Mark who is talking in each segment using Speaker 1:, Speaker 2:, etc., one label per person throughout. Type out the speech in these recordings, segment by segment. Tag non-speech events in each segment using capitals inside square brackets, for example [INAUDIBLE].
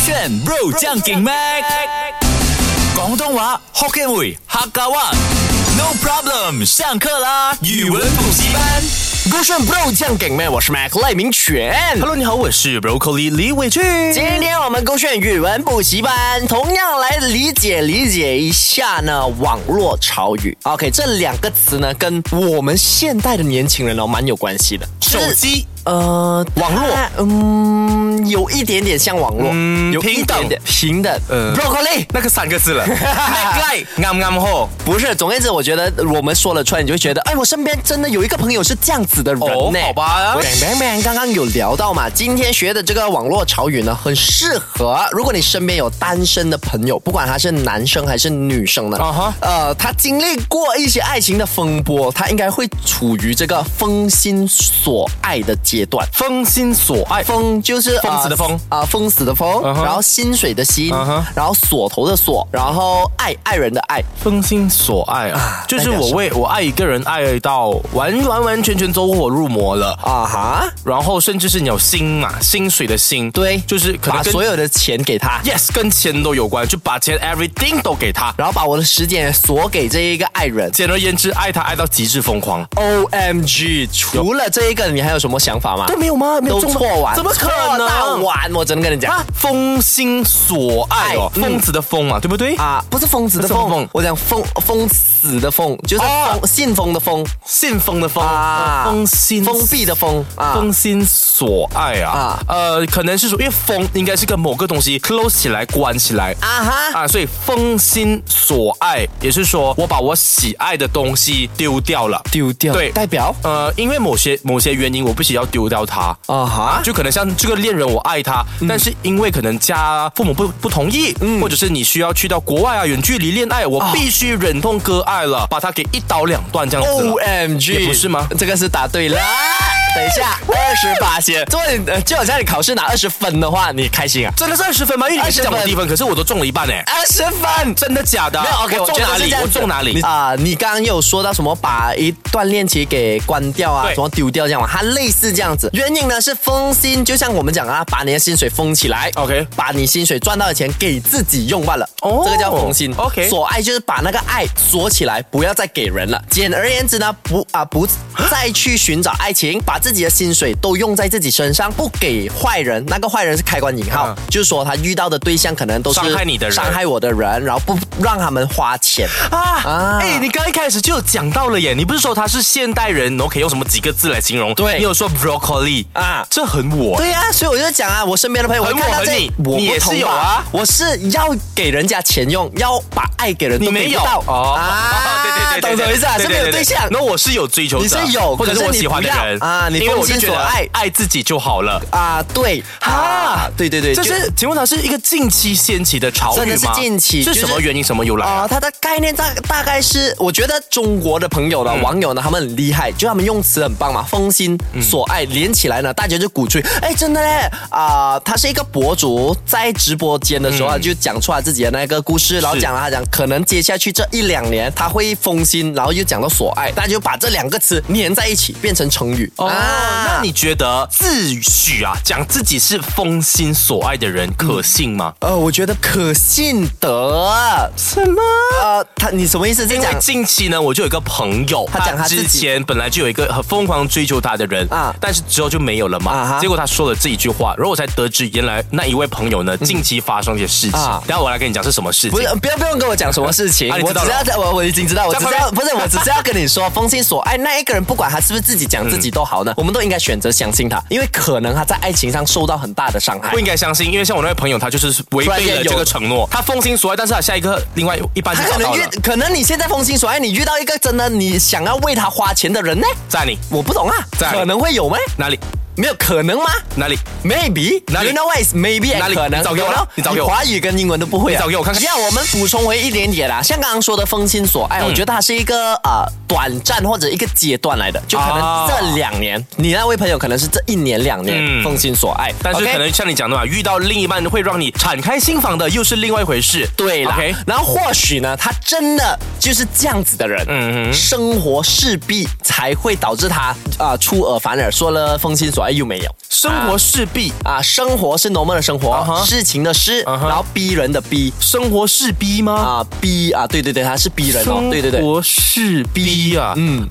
Speaker 1: 选 Bro 将劲 Mac，广东话 Hokkien 语客家话。No problem，上课啦！语文补习班。
Speaker 2: 勾选 bro 酱梗妹，我是 Mac 赖明全。
Speaker 1: Hello，你好，我是 Broccoli 李伟俊。
Speaker 2: 今天我们勾选语文补习班，同样来理解理解一下呢网络潮语。OK，这两个词呢跟我们现代的年轻人哦蛮有关系的。
Speaker 1: 手机
Speaker 2: 呃，网络，
Speaker 3: 啊
Speaker 2: 嗯，有一点点像网络，
Speaker 3: 嗯
Speaker 2: 有一
Speaker 3: 平等
Speaker 2: 点点平等。
Speaker 3: 呃
Speaker 2: Broccoli
Speaker 3: 那个三个字 [LAUGHS] 了，Mac 啱啱好，
Speaker 2: 不是，总而言之，我觉得我们说了出来，你就会觉得，哎，我身边真的有一个朋友是这样子的人
Speaker 3: 哦
Speaker 2: 呢、
Speaker 3: 好吧
Speaker 2: bang bang bang，刚刚有聊到嘛，今天学的这个网络潮语呢，很适合如果你身边有单身的朋友，不管他是男生还是女生的
Speaker 3: 啊哈
Speaker 2: 呃，他经历过一些爱情的风波，他应该会处于这个封心所爱的阶段。
Speaker 3: 封心所爱，
Speaker 2: 封就是
Speaker 3: 疯子的疯
Speaker 2: 啊、封死的封
Speaker 3: 嗯哼
Speaker 2: 然后薪水的薪
Speaker 3: 嗯哼
Speaker 2: 然后锁头的锁，然后爱爱人的爱，
Speaker 3: 封心所爱啊，就是我为我爱一个人爱到完完完全全走火入魔了，
Speaker 2: 啊哈。
Speaker 3: 然后甚至是你有薪嘛，薪水的薪，
Speaker 2: 对
Speaker 3: 就是可
Speaker 2: 把
Speaker 3: 能跟
Speaker 2: 所有的钱给他，
Speaker 3: yes 跟钱都有关，就把钱 everything 都给他。
Speaker 2: 然后把我的时间锁给这一个爱人。
Speaker 3: 简而言之，爱他爱到极致疯狂。
Speaker 2: O M G！除了这一个，你还有什么想法吗？
Speaker 3: 没有吗？没
Speaker 2: 都
Speaker 3: 中吗
Speaker 2: 错完，
Speaker 3: 怎么可
Speaker 2: 错到
Speaker 3: 能？
Speaker 2: 完？我只能跟你讲
Speaker 3: 啊，封心所爱哦，
Speaker 2: 爱嗯
Speaker 3: 疯子的疯嘛，对不对？
Speaker 2: 啊，不是疯子的
Speaker 3: 那是什么
Speaker 2: 疯
Speaker 3: 疯，
Speaker 2: 我讲疯疯死的疯，就是
Speaker 3: 哦
Speaker 2: 疯信封的封
Speaker 3: 信封的封，
Speaker 2: 啊
Speaker 3: 封心
Speaker 2: 封闭的封啊。
Speaker 3: 封心所爱啊，
Speaker 2: 啊
Speaker 3: 呃，可能是说，因为封应该是跟某个东西 close 起来、关起来啊
Speaker 2: 啊哈，
Speaker 3: 所以封心所爱也是说我把我喜爱的东西丢掉了，
Speaker 2: 丢掉
Speaker 3: 对
Speaker 2: 代表
Speaker 3: 呃，因为某些某些原因，我必须要丢掉它。
Speaker 2: 啊嗯哈，
Speaker 3: 就可能像这个恋人，我爱他，但是因为可能家父母不不同意，或者是你需要去到国外啊，远距离恋爱，
Speaker 2: 哦
Speaker 3: 我必须忍痛割爱了，把它给一刀两断这样子了。
Speaker 2: O M G，
Speaker 3: 也不是吗
Speaker 2: 这个是答对了。 [LAUGHS] 等一下，二十八先，如果你呃就好像你考试拿二十分的话，你开心啊？
Speaker 3: 真的是二十分吗？因为你每次讲我低分，可是我都中了一半哎、
Speaker 2: 二十分，
Speaker 3: 真的假的？
Speaker 2: 没有，OK，
Speaker 3: 我中
Speaker 2: 觉得
Speaker 3: 哪
Speaker 2: 是
Speaker 3: 里
Speaker 2: 这？样
Speaker 3: 我
Speaker 2: 子
Speaker 3: 中哪里
Speaker 2: 你？啊、你刚刚有说到什么把一段恋情给关掉啊，
Speaker 3: 对
Speaker 2: 什么丢掉这样嘛？它类似这样子，原因呢是封薪，就像我们讲啊，把你的薪水封起来
Speaker 3: OK
Speaker 2: 把你薪水赚到的钱给自己用罢了。
Speaker 3: 哦
Speaker 2: 这个叫封薪。
Speaker 3: OK
Speaker 2: 所爱就是把那个爱锁起来，不要再给人了。简而言之呢，不啊不再去寻找爱情，把自己的薪水都用在自己身上，不给坏人。那个坏人是开关引号，
Speaker 3: 嗯
Speaker 2: 就是说他遇到的对象可能都是
Speaker 3: 伤害你的人
Speaker 2: 伤害我的人，然后不让他们花钱。
Speaker 3: 啊
Speaker 2: 啊！
Speaker 3: 哎、你刚一开始就有讲到了耶，你不是说他是现代人，然后可以用什么几个字来形容？
Speaker 2: 对
Speaker 3: 你有说 broccoli 啊
Speaker 2: 啊，
Speaker 3: 这很我。
Speaker 2: 对呀、所以我就讲啊，我身边的朋友，
Speaker 3: 很
Speaker 2: 我看到
Speaker 3: 我
Speaker 2: 这
Speaker 3: 很你
Speaker 2: 我
Speaker 3: 你也
Speaker 2: 不
Speaker 3: 是
Speaker 2: 同
Speaker 3: 有
Speaker 2: 吧
Speaker 3: 啊
Speaker 2: 我是要给人家钱用，要把爱给人，
Speaker 3: 你没有哦
Speaker 2: 到啊？
Speaker 3: [LAUGHS] 对对对对
Speaker 2: 懂
Speaker 3: 对
Speaker 2: 什么意思啊？
Speaker 3: 对
Speaker 2: 是
Speaker 3: 对
Speaker 2: 没有对象。
Speaker 3: 那我是有追求者，
Speaker 2: 你是有
Speaker 3: 或者是
Speaker 2: 可是
Speaker 3: 我
Speaker 2: 你
Speaker 3: 喜欢的
Speaker 2: 不要
Speaker 3: 人
Speaker 2: 啊你
Speaker 3: 因为我就
Speaker 2: 封心
Speaker 3: 觉
Speaker 2: 所
Speaker 3: 得
Speaker 2: 爱
Speaker 3: 爱自己就好了。
Speaker 2: 啊，对啊
Speaker 3: 啊，
Speaker 2: 对对对，
Speaker 3: 这，
Speaker 2: 就是
Speaker 3: 请问它是一个近期掀起的潮语吗？
Speaker 2: 真的是近期
Speaker 3: 是
Speaker 2: 就是
Speaker 3: 什么原因？什么由来啊？
Speaker 2: 啊，它的概念大大概是，我觉得中国的朋友呢，网友呢，他们很厉害，就他们用词很棒嘛，封心所爱连起来呢，大家就鼓吹，哎，真的嘞啊，他是一个博主，在直播间的时候啊，就讲出来自己的那个故事，然后
Speaker 3: 是
Speaker 2: 讲了他讲，可能接下去这一两年他会封心，然后又讲到所爱，大家就把这两个词粘在一起变成成语啊
Speaker 3: 哦，那你觉得自诩啊，讲自己是封心所爱的人，可信吗？
Speaker 2: 呃，我觉得可信的
Speaker 3: 什么？
Speaker 2: 呃，他你什么意思？是
Speaker 3: 因为
Speaker 2: 讲
Speaker 3: 近期呢，我就有一个朋友，
Speaker 2: 他讲他自己
Speaker 3: 之前本来就有一个很疯狂追求他的人啊
Speaker 2: 啊，
Speaker 3: 但是之后就没有了嘛。
Speaker 2: 啊哈
Speaker 3: 结果他说了这一句话，然后我才得知原来那一位朋友呢，近期发生一些事情。
Speaker 2: 嗯啊
Speaker 3: 等下我来跟你讲是什么事
Speaker 2: 不
Speaker 3: 情
Speaker 2: 是。，不要不用跟我讲什么事情，
Speaker 3: 啊你
Speaker 2: 我
Speaker 3: 知
Speaker 2: 只
Speaker 3: 道
Speaker 2: 是
Speaker 3: 了
Speaker 2: 要在我我已经知道，我只是要不是我只是要跟你说，封心所爱那一个人，不管他是不是自己讲自己都好
Speaker 3: 嗯
Speaker 2: 呢，我们都应该选择相信他，因为可能他在爱情上受到很大的伤害
Speaker 3: 不。应该相信，因为像我那位朋友，他就是违
Speaker 2: 突然
Speaker 3: 背
Speaker 2: 间
Speaker 3: 了
Speaker 2: 有
Speaker 3: 这个承诺，他封心所爱，但是他下一个另外一半就
Speaker 2: 他
Speaker 3: 找
Speaker 2: 可
Speaker 3: 到
Speaker 2: 能遇
Speaker 3: 了，，
Speaker 2: 可能你现在封心所爱，你遇到一个真的你想要为他花钱的人呢？
Speaker 3: 在你
Speaker 2: 我不懂啊，
Speaker 3: 在
Speaker 2: 可能会有吗？
Speaker 3: 哪里
Speaker 2: 没有可能吗
Speaker 3: 哪里？
Speaker 2: ？Maybe，
Speaker 3: 哪里
Speaker 2: You know what is maybe？
Speaker 3: 哪里
Speaker 2: 可能？
Speaker 3: 你找给我啊
Speaker 2: 有了
Speaker 3: 你找给我
Speaker 2: 华语跟英文都不会啊。
Speaker 3: 你找给我看看嗯
Speaker 2: 啊哎让我们补充回一点点啦，像刚刚说的封心所爱，我觉得它是一个呃短暂或者一个阶段来的，就可
Speaker 3: 啊
Speaker 2: 能这两年，你那位朋友可能是这一年两
Speaker 3: 嗯
Speaker 2: 年奉心所爱，
Speaker 3: 但是
Speaker 2: 哎 OK？
Speaker 3: 可能像你讲的嘛，遇到另一半会让你敞开心房的，又是另外一回事。
Speaker 2: 对啦
Speaker 3: OK
Speaker 2: 然后或许呢，他真的就是这样子的人，
Speaker 3: 嗯
Speaker 2: 嗯生活势必才会导致他啊、出尔反尔，说了奉心所爱哎又没有。
Speaker 3: 生活势必，
Speaker 2: 啊，生活是 normal 的生活
Speaker 3: 啊哈
Speaker 2: 事情的事
Speaker 3: 啊哈
Speaker 2: 然后逼人的逼
Speaker 3: 生活势必吗？
Speaker 2: 啊逼啊，对对对，他是逼人哦，对对对
Speaker 3: 生，活势必啊。嗯
Speaker 2: 嗯，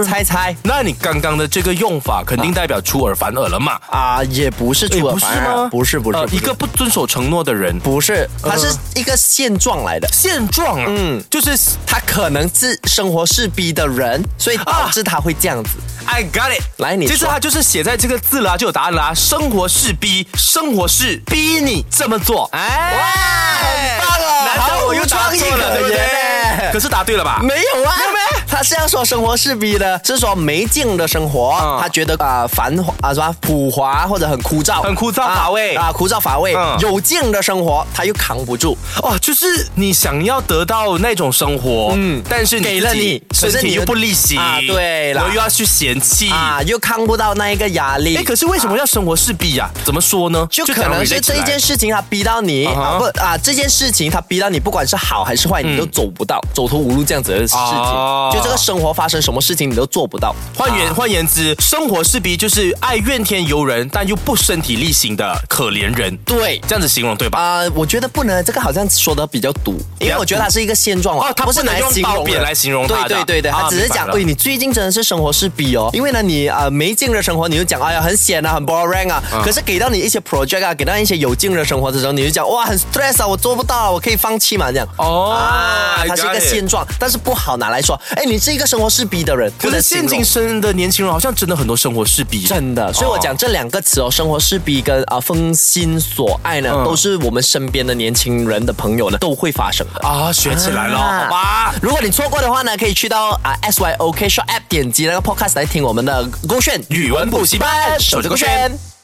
Speaker 3: 呃，
Speaker 2: 猜猜
Speaker 3: 那你刚刚的这个用法，肯定代表出尔反尔了嘛？
Speaker 2: 啊，也不是
Speaker 3: 诶
Speaker 2: 出尔反尔，不是不是
Speaker 3: 呃
Speaker 2: 不是
Speaker 3: 一个不遵守承诺的人，
Speaker 2: 不是，它是
Speaker 3: 嗯
Speaker 2: 一个现状来的。
Speaker 3: 现状啊，嗯，就是
Speaker 2: 他可能是生活是逼的人，所以
Speaker 3: 啊
Speaker 2: 导致他会这样子。
Speaker 3: I got it。
Speaker 2: 来你
Speaker 3: 其实
Speaker 2: 说
Speaker 3: 它就是写在这个字啦，就有答案啦。生活是逼，生活是逼你这么做。哎，
Speaker 2: 哇很棒哦
Speaker 3: 难道啊我又答错了，
Speaker 2: 好
Speaker 3: 对
Speaker 2: 有创意可
Speaker 3: 不对？
Speaker 2: 言呢
Speaker 3: 可是答对了吧？
Speaker 2: 没有啊，他是要说生活是逼的，是说没劲的生活，
Speaker 3: 嗯
Speaker 2: 他觉得啊、繁华啊什么普华或者很枯燥，
Speaker 3: 很枯燥
Speaker 2: 啊
Speaker 3: 乏味
Speaker 2: 啊，枯燥乏味。
Speaker 3: 嗯
Speaker 2: 有劲的生活他又扛不住，
Speaker 3: 哦，就是你想要得到那种生活，嗯
Speaker 2: 嗯，
Speaker 3: 但是你
Speaker 2: 给了
Speaker 3: 自己
Speaker 2: 你可
Speaker 3: 身
Speaker 2: 是
Speaker 3: 体
Speaker 2: 你
Speaker 3: 又不利息
Speaker 2: 啊对啦
Speaker 3: 然后又要去嫌弃。
Speaker 2: 啊，又扛不到那一个压力。
Speaker 3: 哎，可是为什么要生活是逼呀？怎么说呢？
Speaker 2: 就可能是这一件
Speaker 3: 事。
Speaker 2: 事情，他逼到你
Speaker 3: 啊哈
Speaker 2: 啊不啊，这件事情他逼到你，不管是好还是坏，你都走不到，走投无路这样子的事
Speaker 3: 嗯哦
Speaker 2: 情。就这个生活发生什么事情，你都做不到。
Speaker 3: 换
Speaker 2: 啊
Speaker 3: 言换言之，生活是逼就是爱怨天尤人，但又不身体力行的可怜人。
Speaker 2: 对
Speaker 3: 这样子形容对吧？
Speaker 2: 啊，我觉得不能，这个好像说的比较毒，因为我觉得它是一个现状
Speaker 3: 哦它不
Speaker 2: 不是
Speaker 3: 能
Speaker 2: 拿来
Speaker 3: 用
Speaker 2: 形
Speaker 3: 褒
Speaker 2: 容
Speaker 3: 贬
Speaker 2: 的
Speaker 3: 来形容它的
Speaker 2: 对对对对，
Speaker 3: 啊
Speaker 2: 他只是
Speaker 3: 明白
Speaker 2: 讲，
Speaker 3: 了
Speaker 2: 哎，你最近真的是生活是逼哦，因为呢，你啊没劲的生活，你就讲，哎呀，很闲啊，很 boring 啊。可是给到你一些 project 啊，给到一些有劲的生活的时候，你就讲，哇，很 stress 啊，我做不到啊，我可以放弃嘛，这样。
Speaker 3: 哦
Speaker 2: 啊，它是一
Speaker 3: I got
Speaker 2: 个
Speaker 3: it
Speaker 2: 现状，但是不好拿来说，哎，你是一个生活是逼的人，不
Speaker 3: 可
Speaker 2: 能
Speaker 3: 是
Speaker 2: 形
Speaker 3: 现今
Speaker 2: 容。
Speaker 3: 生的年轻人好像真的很多生活是逼，
Speaker 2: 真的，所以我讲
Speaker 3: 哦
Speaker 2: 这两个词哦，生活是逼跟啊封心所爱呢，
Speaker 3: 嗯
Speaker 2: 都是我们身边的年轻人的朋友呢都会发生的。
Speaker 3: 啊，学起来了，
Speaker 2: 啊
Speaker 3: 好吧。
Speaker 2: 如果你错过的话呢，可以去到啊 S Y O K Shop App 点击那个 Podcast 来听我们的勾选
Speaker 3: 语文补习班
Speaker 2: 手着勾选。